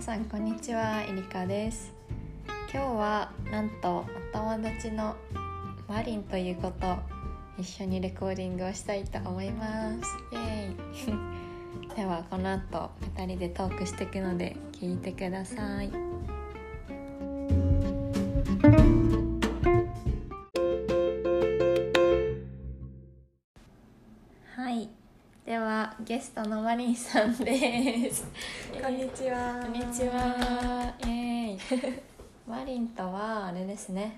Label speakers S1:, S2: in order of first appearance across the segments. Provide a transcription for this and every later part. S1: さんこんにちはエリカです今日はなんとお友達のマリンという子と一緒にレコーディングをしたいと思いますイエーイ ではこの後2人でトークしていくので聞いてくださいはいではゲストのマリンさんです
S2: こんにちは。
S1: こんにち。は。イエーイ。 マリンとはあれですね。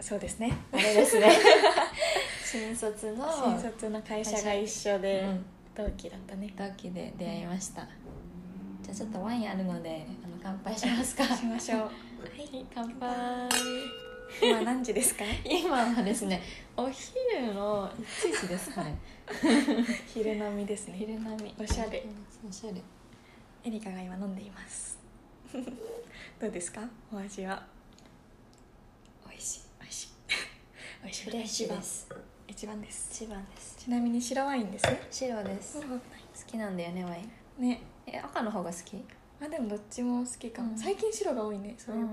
S2: そうですね。
S1: あれです ね。新卒の
S2: 新卒の会社が一緒で
S1: うん
S2: 同期だったね。
S1: 同期で出会いました。じゃあちょっとワインあるので、あの乾 杯しますか。
S2: しましょう。
S1: はい、乾杯。
S2: 今何 時ですか？
S1: 今はですね、お昼の1時ですかね。
S2: 昼飲みですね。
S1: 昼飲み。
S2: おしゃれ。
S1: おしゃれ。
S2: エリカが今飲んでいます。 どうですか？お味は？
S1: 美味しい。
S2: 美味しい。 美味しい。
S1: フレッシュです。
S2: 一番です。
S1: 一番です。
S2: ちなみに白ワインですね。
S1: 白です。好きなんだよね、ワイン。
S2: ね。
S1: え、赤の方が好き
S2: あでもどっちも好きかも。
S1: うん
S2: 最近白が多いね。そういえば。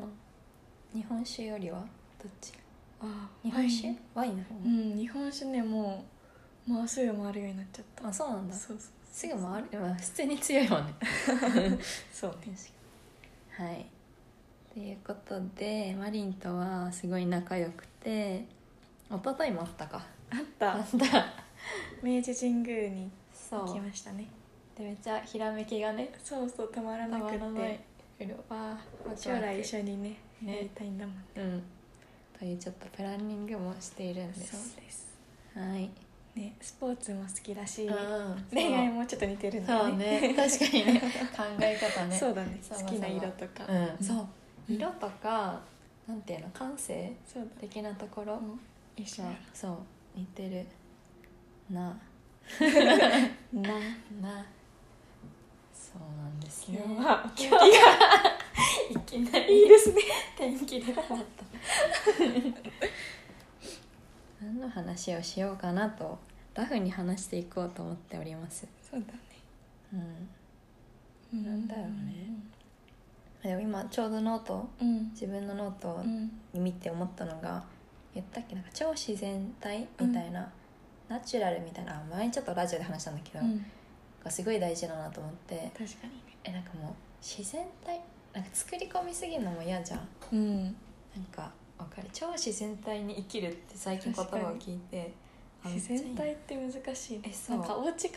S1: 日本酒よりはどっち
S2: あ
S1: 日本酒、
S2: ワイン
S1: ワインの方、
S2: うん日本酒ねもうもうすぐ回るようになっちゃった。
S1: あそうなんだ
S2: そうそう
S1: すぐ回るまあ普通に強いもんね
S2: そうね。
S1: はいということでマリンとはすごい仲良くて一昨日もあったか
S2: あっ
S1: あ
S2: た
S1: っ。た
S2: 明治神宮に
S1: そ
S2: 行
S1: う
S2: きましたね
S1: でめっちゃひらめきがね
S2: そうそうたまら
S1: た
S2: な
S1: ま
S2: く
S1: ら
S2: っ
S1: ない
S2: て
S1: わあ
S2: 将来一緒にね
S1: ね
S2: やりたいんだもん
S1: うんというちょっとプランニングもしているんです
S2: です
S1: はい
S2: ねスポーツも好きだし
S1: うん
S2: 恋愛もちょっと似てるんだ
S1: そう
S2: よ
S1: ね確かにね考え方ね
S2: そうだね
S1: そう
S2: 好きな色とか
S1: うん、そう
S2: うん
S1: 色とかなんていうの感性
S2: そうだ
S1: 的なところ
S2: うん一緒
S1: がそう似てるな
S2: な
S1: なそうなんです
S2: 今
S1: ね
S2: 日はお天気
S1: いきな
S2: が いい
S1: り
S2: ですね
S1: 天気で変わった何の話をしようかなとラフに話していこうと思っております
S2: そうだね
S1: うん
S2: う
S1: なんだろうねでも今ちょうどノート
S2: うん
S1: 自分のノートを
S2: うん
S1: 見て思ったのが言ったっけなんか超自然体みたいな、ナチュラルみたいなあ前にちょっとラジオで話したんだけど、
S2: うん
S1: がすごい大事だなと思って
S2: 確かにね
S1: えなんかもう自然体なんか作り込みすぎるのも嫌じゃん
S2: うん
S1: なんかわかる超自然体に生きるって最近言葉を聞いてあ
S2: 自然
S1: めっ
S2: 体って難しいね
S1: えそう
S2: なんかお家帰っ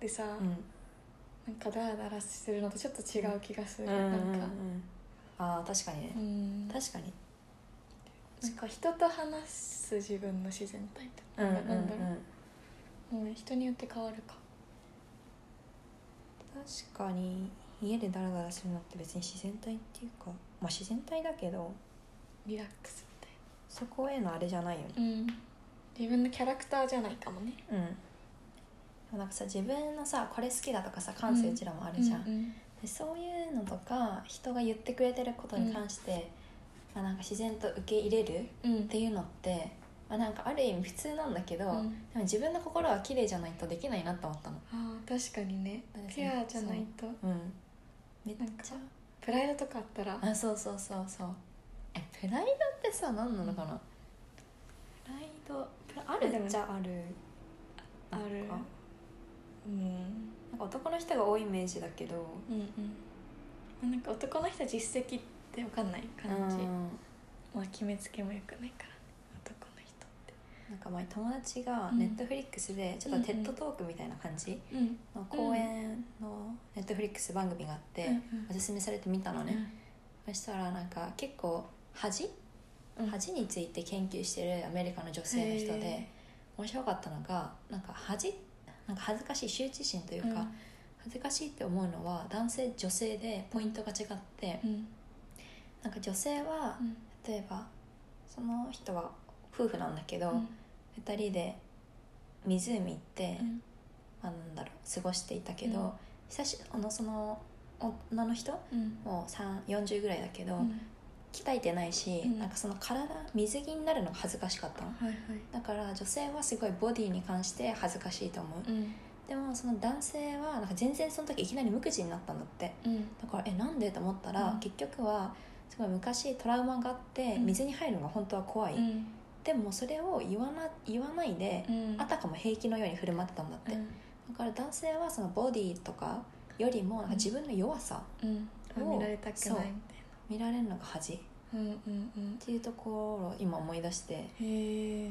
S2: て
S1: ち
S2: さ
S1: ゃいいうん
S2: なんかダラダラするのとちょっと違う気がする、
S1: うん
S2: なん
S1: うんう
S2: か、
S1: んあー確かにね、
S2: うん、
S1: 確かに
S2: なんか人と話す自分の自然体って
S1: うんうんうん
S2: なんだろう、うん、人によって変わるか
S1: 確かに家でダラダラするのって別に自然体っていうかまあ自然体だけど
S2: リラックスみ
S1: そこへのあれじゃないよね
S2: たいな、うん、自分のキャラクターじゃないかもね
S1: うんでもなんかさ自分のさこれ好きだとかさ感性うちらもあるじゃん、
S2: うんうん
S1: でそういうのとか人が言ってくれてることに関して、まあ、なんか自然と受け入れる
S2: うん
S1: っていうのって、まあ、なんかある意味普通なんだけど、
S2: うん
S1: でも自分の心は綺麗じゃないとできないなと思ったの、
S2: あー確かにねペアじゃないと
S1: うん、めっ
S2: なん
S1: ち
S2: か
S1: ゃ
S2: プライドとかあったら
S1: あそうそうそうそうえプライドってさ何なのかな、プライドプラあ
S2: で
S1: る
S2: も
S1: っちゃある
S2: ある
S1: なんか
S2: うん
S1: なんか男の人が多いイメージだけど
S2: うんうんなんか男の人は実績って分かんない感じ、
S1: うん
S2: まあ決めつけもよくないから男の人って
S1: なんか前友達が
S2: うん
S1: ネットフリックスでちょっとテッドトークみたいな感じ
S2: うん
S1: の公演のネットフリックス番組があっておすすめされて見たのね、そしたらなんか結構恥
S2: うん
S1: 恥について研究してるアメリカの女性の人で
S2: へ
S1: 面白かったのがなんか恥なんか恥ずかしい羞恥心というか、恥ずかしいって思うのは男性女性でポイントが違って
S2: うん
S1: なんか女性は
S2: うん
S1: 例えばその人は夫婦なんだけど、
S2: うん
S1: 2人で湖行って、
S2: うん
S1: まあ、なんだろう過ごしていたけど、
S2: うん
S1: 久しあのその女の人
S2: うん
S1: もう3 40ぐらいだけど、
S2: うん
S1: 鍛えてないし、
S2: うん
S1: なんかその体水着になるのが恥ずかしかったの
S2: はいはい
S1: だから女性はすごいボディに関して恥ずかしいと思う、
S2: うん
S1: でもその男性はなんか全然その時いきなり無口になったんだって
S2: うん
S1: だからえなんでと思ったら、
S2: うん
S1: 結局はすごい昔トラウマがあって
S2: うん
S1: 水に入るのが本当は怖い、
S2: うん
S1: でもそれを言わな言わないで、
S2: うん
S1: あたかも平気のように振る舞ってたんだって、だから男性はそのボディとかよりもなんか自分の弱さ、
S2: うんうん
S1: を
S2: 見られたく
S1: そう
S2: ないみ
S1: 見られるのが恥った
S2: いなうんうんうん
S1: ていうところを今思い出して
S2: へえ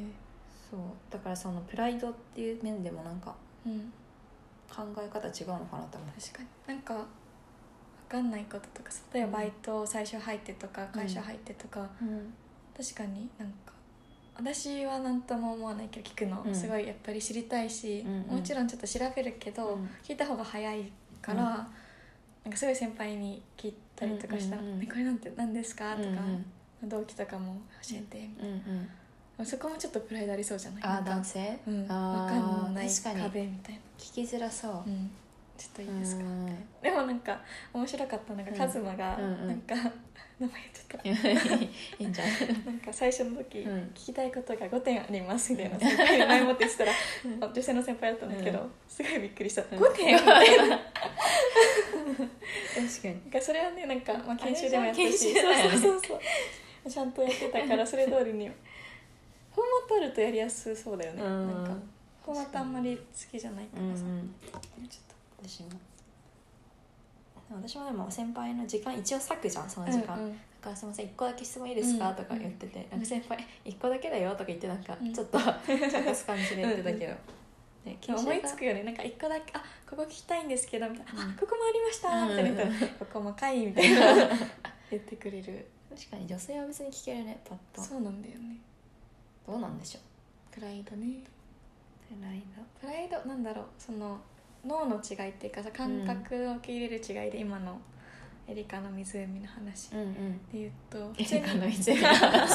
S1: そうだからそのプライドっていう面でもなんか
S2: うん
S1: 考え方違うのかなと思って
S2: 確かになんかわかんないこととか例えばバイト最初入ってとか会社入ってとか、
S1: うん
S2: 確かになんか私は何とも思わないけど聞くの、
S1: うん
S2: すごいやっぱり知りたいし、
S1: うんうん
S2: もちろんちょっと調べるけど、
S1: うん
S2: 聞いた方が早いから、
S1: うん
S2: なんかすごい先輩に聞いたりとかしたら「
S1: うんうんうん
S2: えこれなんて何ですか?」と
S1: う
S2: か、
S1: ん
S2: 同期とかも教えてみたい
S1: うんうん
S2: なそこもちょっとプライドありそうじゃない
S1: あ
S2: な
S1: ー
S2: んか
S1: 男性、
S2: うん、
S1: あ
S2: わ
S1: ー
S2: かんない
S1: 確かに
S2: 壁みたいな、
S1: 聞きづらそう、
S2: うん、ちょっといいですか、
S1: うん
S2: でもなんか面白かったのが、
S1: うん
S2: カズマが、
S1: うんうん
S2: なんか 名前言っちゃっ
S1: いいんじゃない
S2: たなんか最初の時、
S1: うん
S2: 聞きたいことが5点ありますみたいな先輩に前もってしたら
S1: うん
S2: 女性の先輩だったんだけど、
S1: うん
S2: すごいびっくりした、
S1: うん
S2: 5点みたいな
S1: 確かに
S2: なんかそれはねなんか、まあ、研修でもやったし
S1: 研修だよね
S2: そうそうそうそうちゃんとやってたからそれ通りにフォーマットあるとやりやすそうだよね、
S1: うん
S2: なんかフォーマットあんまり好きじゃないか
S1: う
S2: ら
S1: んう
S2: さ、
S1: ん
S2: ちょ
S1: 私もでも私もでも先輩の時間一応割くじゃんその
S2: っと
S1: 時間、
S2: うんうん
S1: だからすみません1個だけ質問いいですか?」
S2: うん
S1: とか言ってて、なんか先輩「1個だけだよ」とか言ってなんか
S2: うん
S1: ちょっと、ちょっとスカンジで言ってたけど、ね、
S2: でも思いつ
S1: く
S2: くよねなんか一個だけ「あここ聞きたいんですけど」みたいな「
S1: うん
S2: あここもありました」みたいな言った
S1: う
S2: ら
S1: ん
S2: 「ここもかい」みたいな言ってくれる
S1: 確かに女性は別に聞けるねパッと
S2: そうなんだよね
S1: どうなんでしょう
S2: プライドね
S1: プライド
S2: プライドなんだろうその脳の違いっていうかさ感覚を受け入れる違いで、今のエリカの湖の話
S1: うんうん
S2: で言うと
S1: エリカの 一部の話楽
S2: 普
S1: し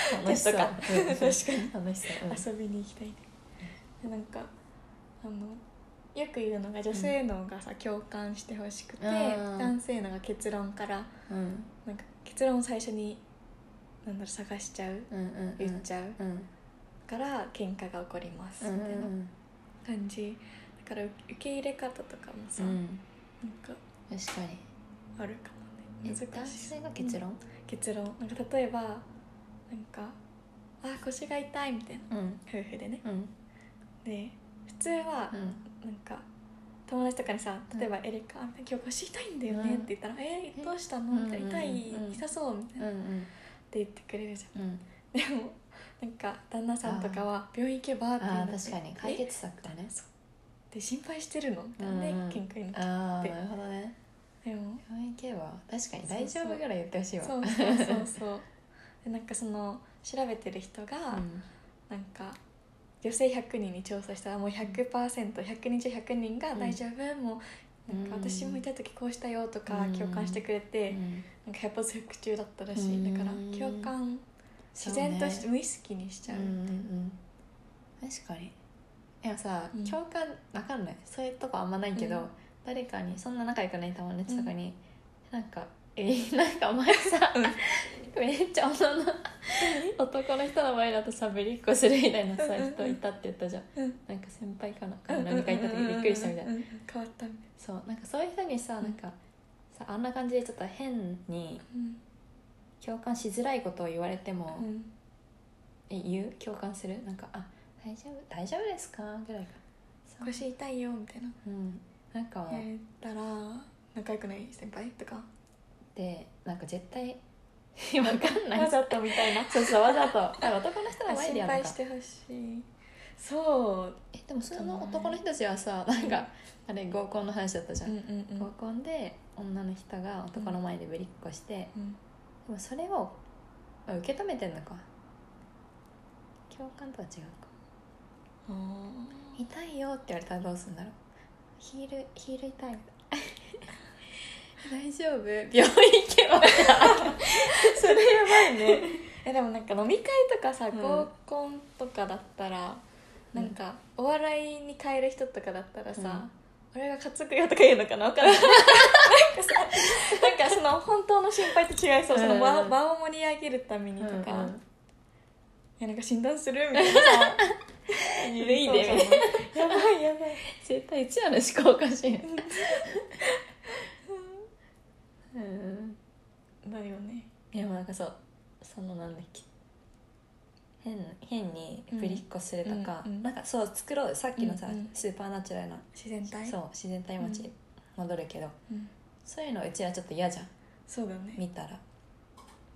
S1: そう
S2: テスト
S1: う
S2: か
S1: ん
S2: 確かに
S1: 楽しそう、うん
S2: 通に遊びに行きたいねでなんかあのよく言うのが女性脳がさ、共感してほしくて
S1: あー
S2: 男性脳が結論から
S1: うん、
S2: なんか結論を最初になんだろう探しちゃう
S1: うんうんうん
S2: 言っちゃう
S1: うん
S2: から喧嘩が起こります
S1: うん
S2: み
S1: う
S2: たいなん感じだから受け入れ方とかも
S1: う
S2: さ、なん
S1: ん
S2: か
S1: 確かに
S2: あるかも
S1: え
S2: ね難
S1: 男
S2: しい
S1: 性が結論
S2: 結論なんか例えばなんか「あ腰が痛い」みたいな
S1: うん
S2: 夫婦でね
S1: うん
S2: で普通は
S1: う
S2: なん
S1: ん
S2: か友達とかにさ
S1: うん
S2: 例えばエリカ「あ今日腰痛いんだよ
S1: う
S2: ね」っ
S1: ん
S2: て言ったら「え
S1: え
S2: どうしたの?」みたいな「痛い
S1: うんうんうん
S2: 痛そう」みたい
S1: うんう
S2: なっ
S1: ん
S2: て言ってくれるじゃん
S1: うん
S2: でもなんか旦那さんとかは「病院行けば」って言
S1: あ
S2: っ
S1: ー
S2: て
S1: 確かに解
S2: え
S1: 決策だね
S2: で心配してるの?」みたいなね
S1: うんうん
S2: 喧嘩になっちゃ
S1: ああなるほどね
S2: うでも
S1: 病院行けば確かに大丈夫ぐらい言ってほしいわ
S2: そうそう そうそうでなんかその調べてる人が、
S1: うん
S2: なんか女性100人に調査したらもう 100%100 人中100人が「大丈夫、もうなんか
S1: うん
S2: 私もいた時こうしたよ」とか
S1: うん
S2: 共感してくれて、
S1: うん
S2: なんか百発百中だったらしい、
S1: うん
S2: だから共感自然として無意識にしちゃう
S1: うん
S2: みた
S1: う
S2: いな、
S1: ん確かにでもさ、
S2: うん
S1: 共感わかんないそういうとこあんまないけど、
S2: うん
S1: 誰かにそんな仲良くない友達とかに、なんか「えなんかお前さめっちゃ女の男の人の前だとさべりっこするみたいなさ
S2: うんうんうん
S1: 人いたって言ったじゃん、
S2: うん
S1: なんか先輩かな
S2: うん
S1: 何かいた時びっくりしたみたいな、
S2: うんうんうん変わったみたい
S1: そうなんかそういう人にさなんかさあんな感じでちょっと変に
S2: なうん
S1: 共感しづらいことを言われても、
S2: うん
S1: え言う共感するなんか「あ大丈夫大丈夫ですか?」ぐらいかそう
S2: 腰痛いよみたいな
S1: うんなんかもう、
S2: 言ったら仲良くない先輩とか
S1: でなんか絶対 わかんない
S2: わざとみたいな
S1: そうそうわざとなんか男の人の前で
S2: 心
S1: やる
S2: 配
S1: か
S2: してほしいそう
S1: えでもその男の人たちはさなんかあれ合コンの話だったじゃん、
S2: んう
S1: 合コンで女の人が男の前でぶりっこして、
S2: うん
S1: でもそれをあ受け止めてんのか共感とは違うか痛いよって言われたらどうするんだろうヒールヒール痛い 大丈夫病院行けば
S2: それやばいね えでもなんか飲み会とかさ、
S1: うん
S2: 合コンとかだったら
S1: うん
S2: なんかお笑いに変える人とかだったらさ、
S1: うん
S2: 俺が担ぐよとか言うのかな 分からないなんかさなんかその本当の心配と違いそうその場,、
S1: うん
S2: 場を盛り上げるためにとか、
S1: うんうん
S2: いやなんか診断するみたいなさ
S1: 脱いで
S2: やばいやばい
S1: いつやの思考おかしいうん
S2: だよね
S1: でもなんかそうそのなんだっけ変変にぶりっこするとか、
S2: うんうんうん
S1: なんかそう作ろうさっきのさ、
S2: うんうん
S1: スーパーナチュラルな
S2: 自然体
S1: そう自然体持
S2: う
S1: ち
S2: ん
S1: 戻るけど、
S2: うん
S1: そういうのうちらちょっと嫌じゃん
S2: そうだね
S1: 見た ら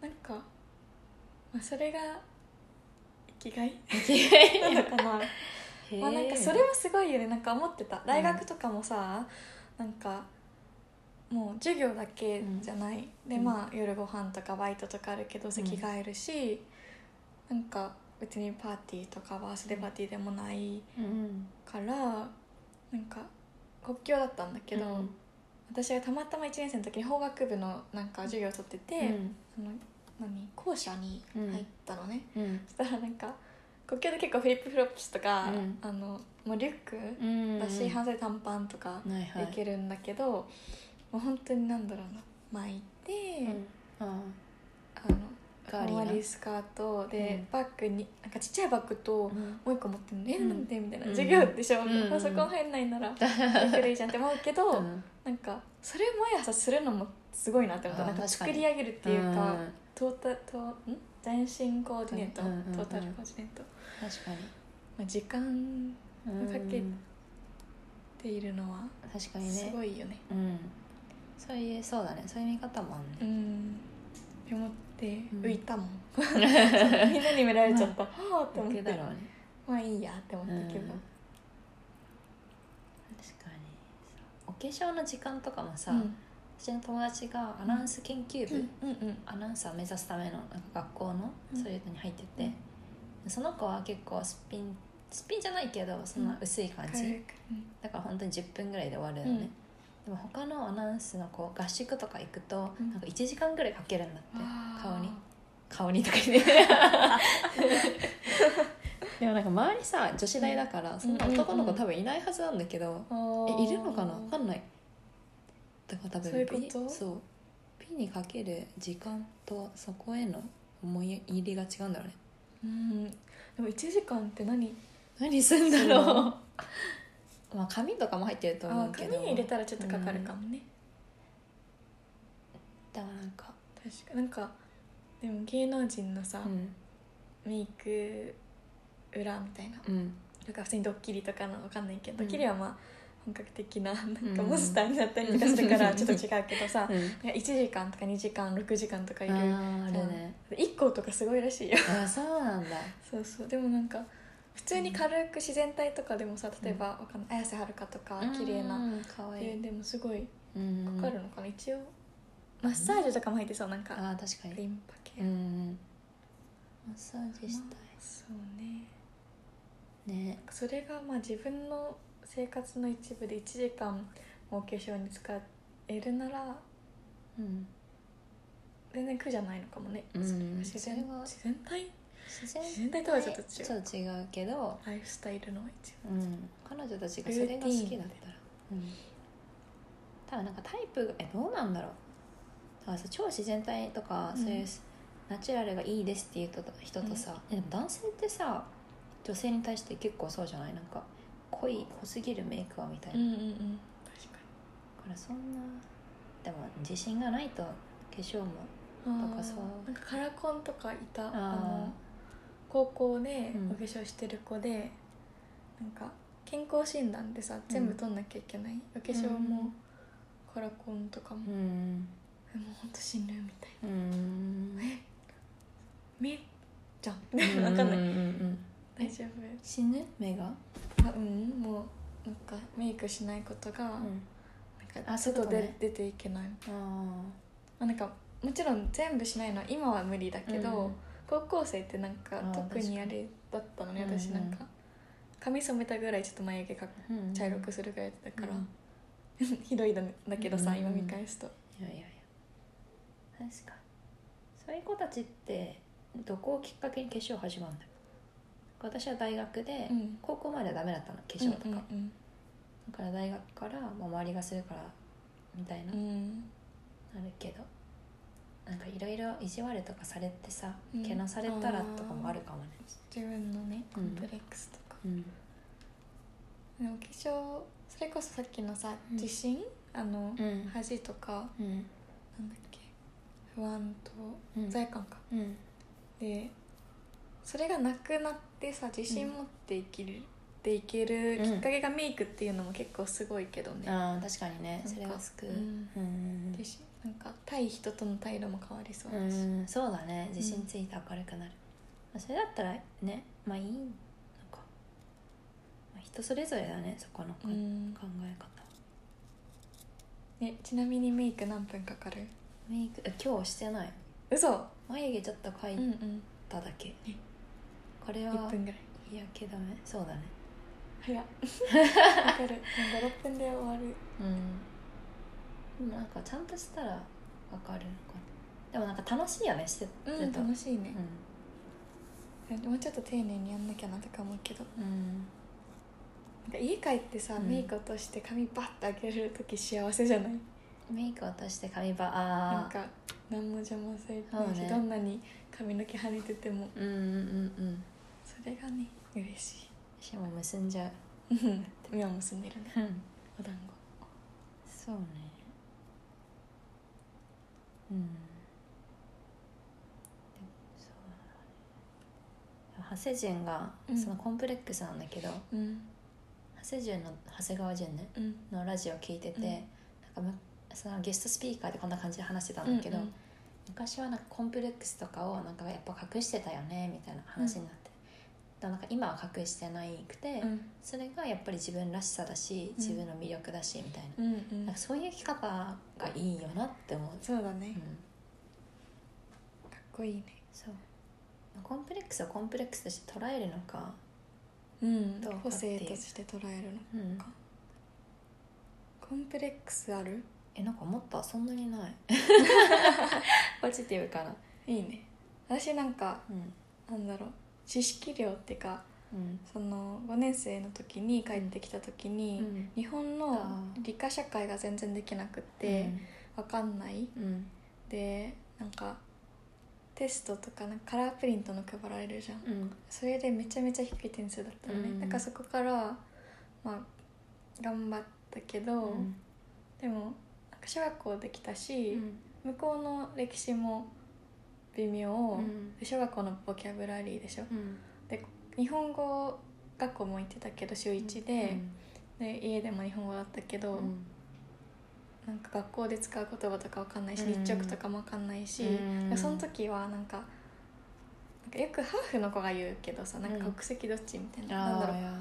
S2: なんか、まあ、それが生きがいなの
S1: ま
S2: かなまあなんかそれもすごいよねなんか思ってた大学とかもさ、なんかもう授業だけじゃない、で
S1: うん
S2: まあ夜ご飯とかバイトとかあるけど席がえるし、なんか別にパーティーとかバースデーパーティーでもない
S1: うん
S2: からなんか国境だったんだけど、
S1: うん
S2: 私がたまたま1年生の時に法学部のなんか授業を取ってて、
S1: うん
S2: その何校舎に入ったのね、
S1: うん
S2: そしたらなんか国境で結構フリップフロップスとか、
S1: うん
S2: あのもうリュック
S1: うん
S2: だし、半袖短パンとか
S1: はいはい
S2: できるんだけど、もう本当になんだろうな巻いて、
S1: うんあ
S2: あの
S1: ガーリー
S2: 終
S1: な
S2: わりスカートで、
S1: うん
S2: バッグになんかちっちゃいバッグと
S1: ーうん
S2: もう一個持ってるの、え
S1: うん
S2: なんでみたいな
S1: うん
S2: 授業でしょ、
S1: ん
S2: パソコン入んな いならやってるいいじゃんって思うけど、
S1: うん
S2: なんかそれを毎朝するのもすごいなって思った
S1: あー
S2: なんか
S1: 確か
S2: 作
S1: に
S2: り上げるっていうか、
S1: ん
S2: トータトん全身コーディネート、
S1: うんうんうんうん
S2: トータルコーディネート、
S1: 確かに
S2: まあ、時間
S1: うん
S2: かけっているのは
S1: 確かに
S2: す
S1: ね
S2: ごいよね
S1: うんそういうそうだねそういう見方もあるね
S2: うんって思って
S1: うん
S2: 浮い たもん、みんなに見られちゃった、はあって思っ
S1: 受け
S2: て
S1: だろうね
S2: まあいいやって思ったけど、
S1: うん確かにお化粧の時間とかもさ、
S2: うん
S1: 私の友達がアナウンス研究部、
S2: うんうん
S1: アナウンサー目指すためのなんか学校の
S2: うん
S1: そういうのに入ってて、その子は結構スピンスピンじゃないけどそんな薄い感じ、
S2: 軽く
S1: だから本当に10分ぐらいで終わるのね、でも他のアナウンスの子合宿とか行くと、
S2: うん
S1: なんか1時間ぐらいかけるんだって顔に
S2: わ
S1: 顔にとか ねでもなんか周りさ女子大だから、そんな男の子多分いないはずなんだけど、
S2: ああー
S1: えいるのかなわかんないだから多分
S2: そういうこと
S1: 美そう美にかける時間とそこへの思い入りが違うんだろうね
S2: うんでも1時間って何
S1: 何すんだろうまあ髪とかも入ってると思
S2: あ
S1: うけ
S2: 紙
S1: ど
S2: に入れたらちょっとかかるかもね、
S1: でもなんか、
S2: 確かなんかでも芸能人のさ、
S1: うん
S2: メイク裏みたいな
S1: うん、
S2: なんか普通にドッキリとかのわかんないけ
S1: う
S2: ど、
S1: ん
S2: ドッキリはまあ本格的ななんか
S1: うん
S2: モンスターになったりとかするから
S1: うん
S2: ちょっと違うけどさ、
S1: うん、
S2: なんか1時間とか2時間6時間とかいる
S1: あーあるね
S2: 1個とかすごいらしいよ
S1: あーそうなんだ
S2: そうそうでもなんか普通に軽く自然体とかでもさ例えば、わかんない綾瀬はるかとか綺麗な
S1: うんかわ
S2: ってい
S1: いうい
S2: でもすごい
S1: うん
S2: かかるのかな、一応マッサージとかも入ってそうなんか
S1: あー確か
S2: リ
S1: に
S2: ンパ系、
S1: うんうんマッサージした
S2: そうね
S1: いね
S2: それがまあ自分の生活の一部で1時間もお化粧に使えるなら
S1: うん
S2: 全然苦じゃないのかもね、
S1: うん
S2: それが自
S1: そ
S2: 然
S1: れは
S2: 自然体
S1: 自然
S2: 自然体とはちょっと違う、
S1: ちょっと違うけど
S2: ライフスタイルの一部
S1: うん、彼女たちがそれが好きだったら、うん、多分なんかタイプがえどうなんだろうだからさ超自然体とか、
S2: うん
S1: そういうナチュラルがいいですっていう人と人とさ、えでも男性ってさ女性に対して結構そうじゃないなんか濃い濃すぎるメイクはみたいな、だ
S2: んうんうん確か
S1: からそんなでも自信がないと化粧も
S2: に
S1: とかそう
S2: あーなんかカラコンとかいたあ
S1: あ
S2: の高校で
S1: うん
S2: お化粧してる子で、なんか健康診断でさ全部取んなきゃいけない、お化粧もカラコンとかも、
S1: ーうん
S2: もうほんと死ぬみたいな
S1: うー ん
S2: え目じゃん
S1: う
S2: わかんな
S1: うんう
S2: い
S1: ん
S2: 大丈
S1: 死ぬ目が、
S2: 夫あうんもうなんかメイクしないことが、
S1: うん、
S2: なんか
S1: あそういうこ
S2: 外
S1: と
S2: で、
S1: ね
S2: 出ていけない、ま
S1: ああ
S2: あ、なんかもちろん全部しないのは今は無理だけど、
S1: うん
S2: 高校生ってなんか
S1: あー
S2: 特にあれだったのね
S1: 確かに
S2: 私なんか、
S1: うん
S2: 髪染めたぐらいちょっと眉毛か
S1: うん
S2: 茶色くするぐらいだったから、
S1: うん
S2: ひどいだ,、だけどさ、
S1: うん
S2: 今見返すと
S1: いやいやいや確かにそういう子たちってどこをきっかけに化粧始まるんだよ私は大学で、
S2: うん
S1: 高校まではダメだったの化粧とか、
S2: うん
S1: だから大学から、まあ、周りがするからみたいな、
S2: うんうん
S1: なるけどなんかいろいろ意地悪とかされてさ、
S2: うん
S1: けなされたらとかもあるかもね
S2: 自分のね
S1: う
S2: コ
S1: ん
S2: ンプレックスとか、
S1: うん
S2: うでも化粧それこそさっきのさ
S1: うん
S2: 自信、あの、
S1: うん
S2: 恥とか
S1: うん
S2: なんだっけ不安と
S1: うん
S2: 罪悪感か、
S1: うん
S2: でそれがなくなってさ自信持って生きる、でいけるきっかけがメイクっていうのも結構すごいけどね、
S1: ああ確かにね
S2: なんか
S1: それは救う
S2: う
S1: うんんうん
S2: でしなんか対人との態度も変わりそう
S1: う
S2: だし、
S1: んそうだね自信ついて明るくなる、まあそれだったらねまあいいのか、まあ、人それぞれだねそこのか
S2: う
S1: 考
S2: ん
S1: え方
S2: ね、ちなみにメイク何分かかる
S1: メイクえ今日してない
S2: 嘘
S1: 眉毛ちょっと描
S2: うんう
S1: い
S2: ん
S1: ただけ、これ
S2: 1
S1: は
S2: 分ぐらい
S1: 日焼け止めそうだね
S2: 早 っわかるなんか6分で終わる
S1: うんでもなんかちゃんとしたらわかるのかなでもなんか楽しいよねしてると
S2: うん楽しいね
S1: う、ん
S2: もうちょっと丁寧にやんなきゃなとか思うけど
S1: うん
S2: なんか家帰ってさ、
S1: うん
S2: メイク落として髪バッて開ける時幸せじゃない
S1: メイク落として髪ば
S2: なん
S1: あー
S2: か何も邪魔されて
S1: そう
S2: ないし、
S1: ね
S2: どんなに髪の毛跳ねてても
S1: うんうんうんうん
S2: それがね嬉し
S1: しも結んじゃう
S2: い今も住んでるね
S1: うん
S2: お団子
S1: そうねうんでもそうだね長谷淳が、
S2: うん
S1: そのコンプレックスなんだけど
S2: うん
S1: 長谷淳の長谷川淳ね
S2: うん
S1: のラジオ聞いてて、
S2: うん
S1: なんかむそのゲストスピーカーでこんな感じで話してたんだけど、
S2: うんうん
S1: 昔はなんかコンプレックスとかをなんかやっぱ隠してたよねみたいな話になって、だからなんか今は隠してないくて、
S2: うん
S1: それがやっぱり自分らしさだし
S2: うん
S1: 自分の魅力だしみたいな。
S2: うんう
S1: なんんかそういう生き方がいいよなって思う、
S2: そうだ
S1: う
S2: ね
S1: ん、
S2: かっこいいね
S1: そうコンプレックスをコンプレックスとして捉えるのか、
S2: うん
S1: どうか
S2: 個性
S1: ってい
S2: と
S1: う
S2: して捉えるの
S1: うん
S2: かコンプレックスある
S1: えなんか思ったそんなにないポジティブかな、
S2: いいね私なんか
S1: うん
S2: なんだろう知識量っていうか
S1: うん
S2: その5年生の時に帰ってきた時に、
S1: うん
S2: 日本の
S1: あー
S2: 理科社会が全然できなくって、わかんない
S1: うん
S2: でなんかテストとかなんかカラープリントの配られるじゃん
S1: うん
S2: それでめちゃめちゃ低い点数だったのね、
S1: うん
S2: なんかそこからまあ頑張ったけど、
S1: うん
S2: でもなんか小学校できた
S1: う
S2: し、
S1: ん
S2: 向こうの歴史も微妙、
S1: うん
S2: で小学校のボキャブラリーでしょ
S1: うん
S2: で日本語学校も行ってたけど週1で,、で家でも日本語だったけ
S1: う
S2: ど、
S1: ん
S2: なんか学校で使う言葉とかわかんないし、
S1: うん
S2: 日直とかもわかんないし、
S1: うん
S2: その時はなんかなんかよくハーフの子が言うけどさなんか
S1: うん
S2: 国籍どっちみたいな,、なんだ
S1: あ
S2: ろう
S1: ーい
S2: う
S1: や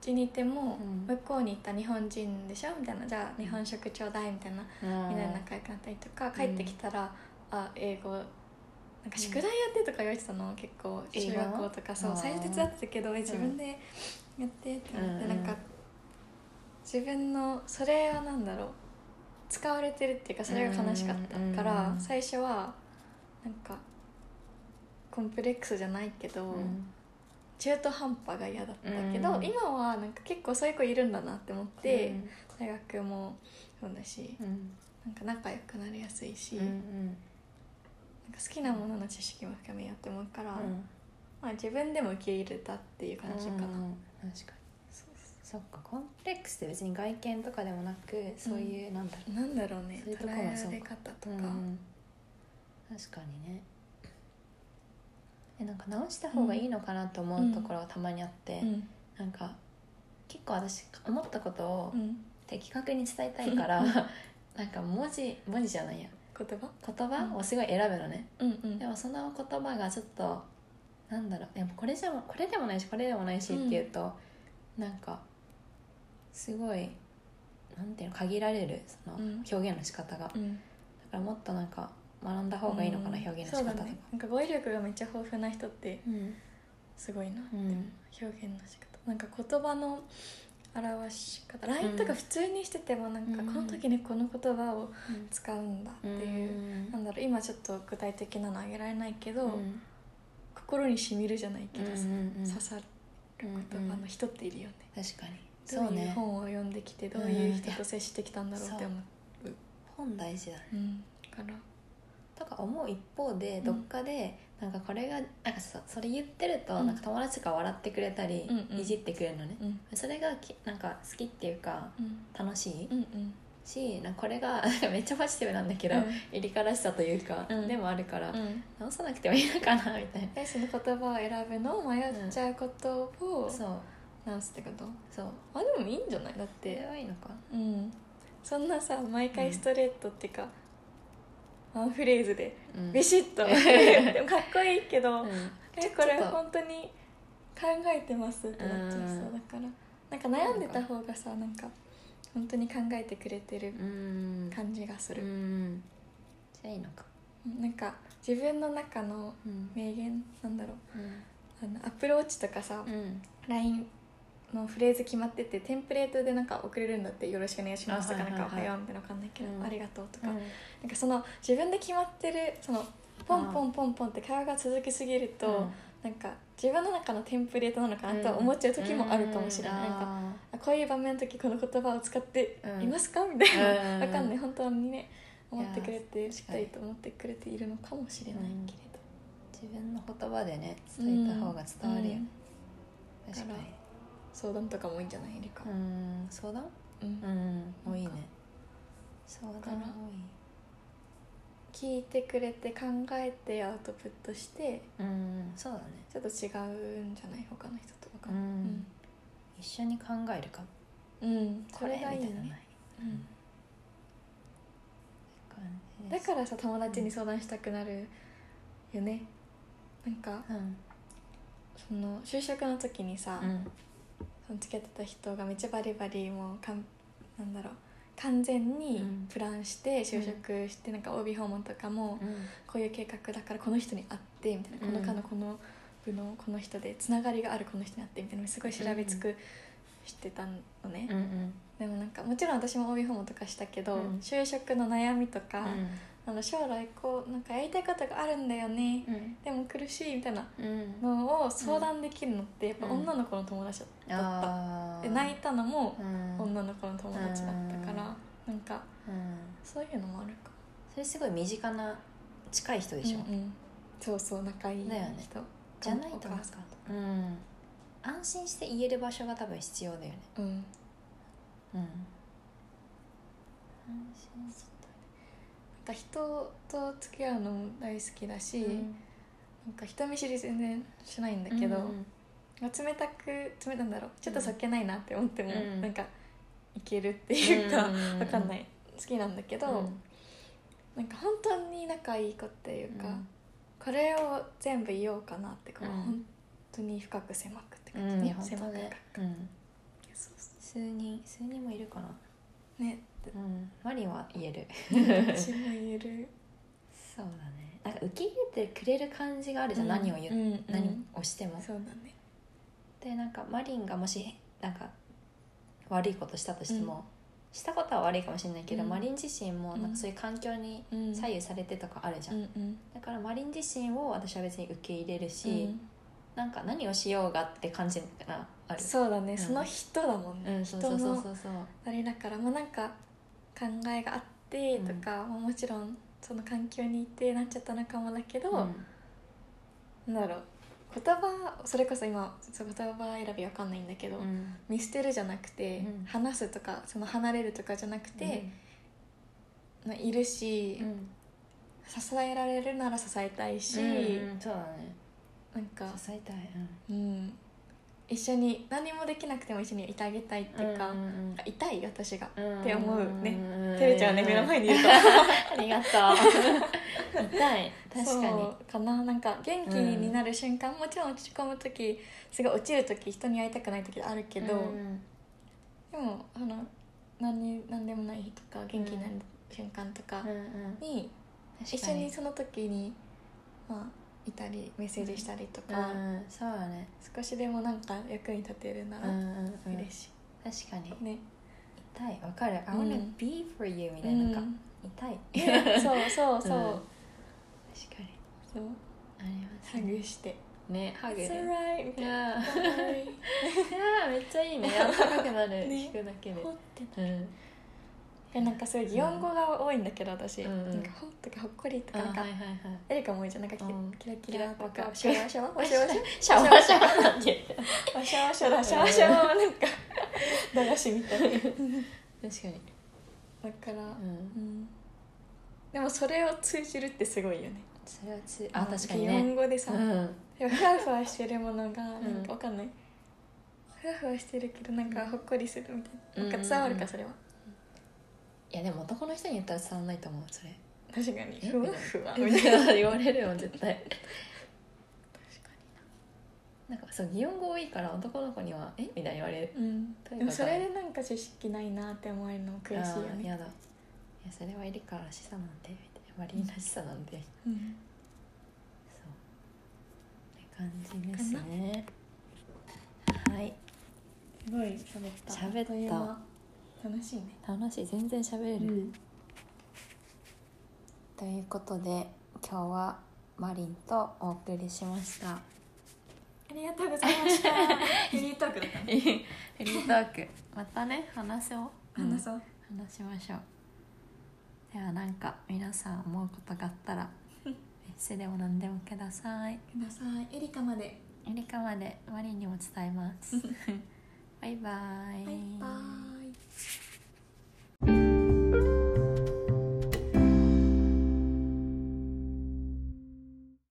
S2: ちにいても
S1: うん
S2: 向こうに行った日本人でしょみたいなじゃあ日本食ちょうだいみたいな、
S1: うん
S2: みんなで仲良くなったりとか
S1: ん
S2: 帰ってきたら、あ英語なんか宿題やってとか言われてたの、結構
S1: 英
S2: 中
S1: 語
S2: 学校とかそう
S1: あー
S2: 最初手伝ってたけどえ自分でやってって思って、
S1: うん
S2: なんか自分のそれはなんだろう使われてるっていうかそれが悲しかったから、
S1: うん
S2: 最初はなんかコンプレックスじゃないけど、
S1: うん
S2: 中途半端が嫌だったけど、
S1: うん
S2: 今はなんか結構そういう子いるんだなって思って、
S1: うん
S2: 大学もそうだし
S1: うん
S2: なんか仲良くなりやすいし。
S1: うん
S2: なんか好きなものの知識も深めようって思うから、
S1: うん
S2: まあ、自分でも受け入れたっていう感じか
S1: う
S2: な、
S1: ん確かに
S2: そうそ
S1: そっかコンプレックスって別に外見とかでもなくそういう、なんだろ
S2: うなんだろうね
S1: そういうと
S2: 捉
S1: こも
S2: え
S1: そ
S2: ら
S1: うか
S2: れ方と
S1: う、
S2: か、
S1: うん確かにねえなんか直した方がいいのかなと思うところはたまにあって、
S2: うん
S1: なんか結構私思ったことを
S2: うん
S1: 的確に伝えたいから、 なんか文字文字じゃないや
S2: 言葉
S1: 言葉をすごい選ぶのね、
S2: うんうん
S1: でもその言葉がちょっとなんだろうでもこれじゃもこれでもないしこれでもないしっていうと、なんかすごいなんていうの限られるその
S2: うん
S1: 表現の仕方が、だ
S2: うん
S1: からもっとなんか学んだ方がいいのかな、
S2: うん
S1: 表現の仕方
S2: そう
S1: と
S2: だ
S1: か
S2: ねなんか語彙力がめっちゃ豊富な人って
S1: うん
S2: すごいな、
S1: うん
S2: でも表現の仕方なんか言葉の表し方 LINE とか普通にしててもなんか
S1: うん
S2: この時にこの言葉を使うんだっていう、なんだろう今ちょっと具体的なのあげられないけど、
S1: うん
S2: 心にしみるじゃないけどさ、
S1: うんうんうん
S2: 刺さる言葉の人っているよね、
S1: 確かに
S2: ど
S1: そう
S2: ういう
S1: ね
S2: 本を読んできてどういう
S1: う
S2: 人
S1: んい
S2: と
S1: や
S2: 接してきたんだろうって思う
S1: 本大事だね
S2: うんだから
S1: とか思う一方でどっかでなんかこれがなんかそそれ言ってると
S2: うん
S1: なんか友達が笑ってくれたり、
S2: うんうん
S1: いじってくれるのね
S2: うん
S1: それがきなんか好きっていうか
S2: うん
S1: 楽しい
S2: うんうん
S1: しなんかこれがめっちゃポジティブなんだけど、入りからしさというか、
S2: うん
S1: でもあるから、
S2: うん
S1: 直さなくてもいいのかなみたいな
S2: えその言葉を選ぶの迷っちゃうことを
S1: そう
S2: 直すってこと
S1: そう
S2: まあでもいいんじゃないだっ
S1: で
S2: て
S1: れはいいのか
S2: うんそんなさ毎回ストレートっていうか、ワンフレーズで
S1: うん
S2: ビシッ とでもかっこいいけど、
S1: うん
S2: えこれ
S1: ちょっと
S2: 本当に考えてますってなっちゃいそううんだからなんか悩んでた方がさなんか本当に考えてくれてる
S1: うん
S2: 感じがす
S1: う
S2: る、
S1: んじゃあいいのか
S2: なんか自分の中の
S1: うん
S2: 名言なんだろう
S1: うん
S2: あのアプローチとかさ、
S1: うん、
S2: LINE のフレーズ決まっててテンプレートでなんか送れるんだって「よろしくお願いします」とか「
S1: あは
S2: ないんかお
S1: は
S2: はい
S1: は
S2: よう」みたいなわかんないけど
S1: う
S2: 「
S1: ん
S2: ありがとう」とか、
S1: うん
S2: なんかその自分で決まってるそのポンポンポンポンって会話が続きすぎると、なんか自分の中のテンプレートなのかなとは思っちゃう時もあるかもしれない、なんか
S1: か
S2: あこういう場面の時この言葉を使って
S1: うん
S2: いますかみたいな、
S1: うん
S2: わかんない本当にね思ってくれて
S1: や
S2: し
S1: 確
S2: っか
S1: かに
S2: りと思ってくれているのかもしれないけれど、
S1: 自分の言葉でね伝えた方が伝わるよ、
S2: うん
S1: 確かに
S2: 相談とかもいいんじゃないリカ、
S1: うん相談
S2: うん
S1: うんもういいね
S2: なんか
S1: 相談
S2: から
S1: もいい
S2: 聞いてくれて考えてアウトプットして
S1: うんそうだね
S2: ちょっと違うんじゃない他の人とか
S1: うん一緒に考えるか
S2: うん、うん
S1: こ
S2: そ
S1: れ
S2: れ
S1: みた
S2: がい
S1: い
S2: い
S1: なのな
S2: ね
S1: い、
S2: うん
S1: 感じで
S2: だ
S1: す
S2: からさ友達に相談したくなるよねなんか
S1: うん
S2: その就職の時にさ、
S1: うん
S2: その付き合ってた人がめっちゃバリバリもうかんなんだろう完全に
S1: うん
S2: プランして就職して、なんか OB 訪問とかも
S1: うん
S2: こういう計画だからこの人に会ってみたいな、
S1: うん
S2: この科のこの部のこの人でつながりがあるこの人に会ってみたいなのすごい調べつくしてたのね、
S1: うんうん
S2: でもなんかもちろん私も OB 訪問とかしたけど、
S1: うん
S2: 就職の悩みとか、
S1: うん
S2: あの将来こうなんかやりたいことがあるんだよね、
S1: うん
S2: でも苦しいみたいな
S1: うん
S2: のを相談できるのってやっぱ
S1: うん
S2: 女の子の友達だった、
S1: あ
S2: で泣いたのも
S1: うん
S2: 女の子の友達だったから、なんか
S1: うん
S2: そういうのもあるか
S1: それすごい身近な近い人でしょ
S2: うんうんそうそう仲いい人、
S1: だよねじゃないと
S2: お
S1: なん
S2: 母
S1: か
S2: さんとか
S1: うん安心して言える場所が多分必要だよね
S2: うん
S1: うん安心し
S2: なんか人と付き合うのも大好きだし、
S1: て
S2: なんか人見知り全然しないんだけど、
S1: うん
S2: 冷たく冷たんだろうちょっとそっけないなって思っても、
S1: うん
S2: なんかいけるっていうか、
S1: うんうんうん
S2: わかんない好きなんだけど、
S1: うん
S2: なんか本当に仲いい子っていうか、
S1: うん
S2: これを全部言おうかなってこう、
S1: うん
S2: 本当に深く狭くって感じ
S1: うんい
S2: ね
S1: や、本
S2: 狭
S1: 当
S2: く
S1: ねうん
S2: そうそ
S1: 数人数人もいるかな
S2: うね
S1: うんマリンは言える
S2: 私も言える
S1: そうだねなんか受け入れてくれる感じ があるじゃん、何を言う、
S2: うんうん
S1: 何をしても
S2: そうだね
S1: でなんかマリンがもしなんか悪いことしたとしても、したことは悪いかもしれないけど、
S2: うん
S1: マリン自身もなんかそういう環境に
S2: うん
S1: 左右されてとかあるじゃん、
S2: うんうん
S1: だからマリン自身を私は別に受け入れるし、
S2: うん
S1: なんか何をしようがって感じがある
S2: そうだね、
S1: ん
S2: その人だもん
S1: う
S2: ね、
S1: ん、
S2: 人
S1: そうそうそう
S2: の
S1: そうそう
S2: あれだからまあなんか考えがあってとか、まあもちろんその環境にいてなっちゃったのかもだけど、
S1: うん
S2: なんだろう言葉それこそ今そう言葉選びわかんないんだけど、
S1: うん
S2: 見捨てるじゃなくて、
S1: うん
S2: 話すとかその離れるとかじゃなくて、まあいるし、
S1: うん
S2: 支えられるなら支えたいし、
S1: うんうんそうだね
S2: なんか、
S1: 支えたい、
S2: うん、一緒に何もできなくても一緒にいてあげたいっていうか、なんかいたい私が、って思うね照れちゃうね目の前
S1: に
S2: にいると
S1: ありがとう痛い確かに
S2: そうかななんか元気になる瞬間、もちろん落ち込む時すごい落ちる時人に会いたくない時あるけど、
S1: うん
S2: でもあの何に何でもない日とか元気になる瞬間とか
S1: うんうん
S2: に、一
S1: 確か
S2: 緒
S1: に
S2: にその時にまあいたりメッセージしたりとか、
S1: うんそうだね
S2: 少しでもなんか役に立てるな
S1: うん
S2: ら
S1: うんうん
S2: 嬉し
S1: 確かに
S2: い、ね、
S1: 痛いわかる I
S2: うん
S1: wanna be for you みたいななんか痛い
S2: うんそうそうそう、
S1: うん確かに
S2: そう
S1: あります
S2: ハグして
S1: ねハグ
S2: 「It's
S1: ね
S2: alright」
S1: い
S2: みたいな
S1: や
S2: 「Don't worry
S1: ー いやーめっちゃいいねあったかくなる
S2: ね
S1: 聞くだけで
S2: ほって
S1: うん
S2: でなんかすごい擬音語が多いんだけど私、
S1: うん
S2: なんかほっとかほっこりとか
S1: あ
S2: なんか、
S1: はいはいはい
S2: エリカも多いじゃんなんかキ
S1: うん
S2: キラキ
S1: キ
S2: ラ
S1: ラ
S2: と
S1: と
S2: か
S1: か
S2: シャワシャワワシャワシャワ
S1: シャワーシャワーなんて言って
S2: ワシャワシャワシャワシャワなんか駄菓子みたいだ
S1: 確かに、
S2: から、
S1: うん、
S2: うんでもそれを通じるってすごいよね
S1: それはつあ
S2: うん
S1: 確かに
S2: 擬
S1: ね
S2: 音語でさ、
S1: うん
S2: でもふわふわしてるものがなん
S1: うん
S2: かわかんない、ふわふわしてるけどなんかほっこりするみたいな,、なん
S1: うん
S2: か伝わるかそれはい
S1: やでも男の人に言ったら伝わんないと思うそれ
S2: 確かに
S1: え
S2: ふわふ わみ
S1: み
S2: た
S1: た
S2: い
S1: い
S2: な
S1: な言われるよ絶対確かにななんかそう擬音語多いから男の子には「えみたいに言われる
S2: うん
S1: ということ
S2: でもそれでなんか知識ないなって思えるのも悔しいよ
S1: あー
S2: ね、
S1: やだいやそれはエリカらしさなんでみたいなマリンらしさなんで
S2: うん
S1: そうって感じですねはい
S2: すごい喋った
S1: 喋った
S2: あという間楽しいね
S1: 楽しい全然喋れる、ということで今日はマリンとお送りしました
S2: ありがとうございました フリートークだったね
S1: フリートーク またね話そう
S2: 話そう、
S1: うん話しましょうではなんか皆さん思うことがあったらメッセでも何でもください
S2: くださいエリカまで
S1: エリカ までマリンにも伝えますバイバイ
S2: バイバイ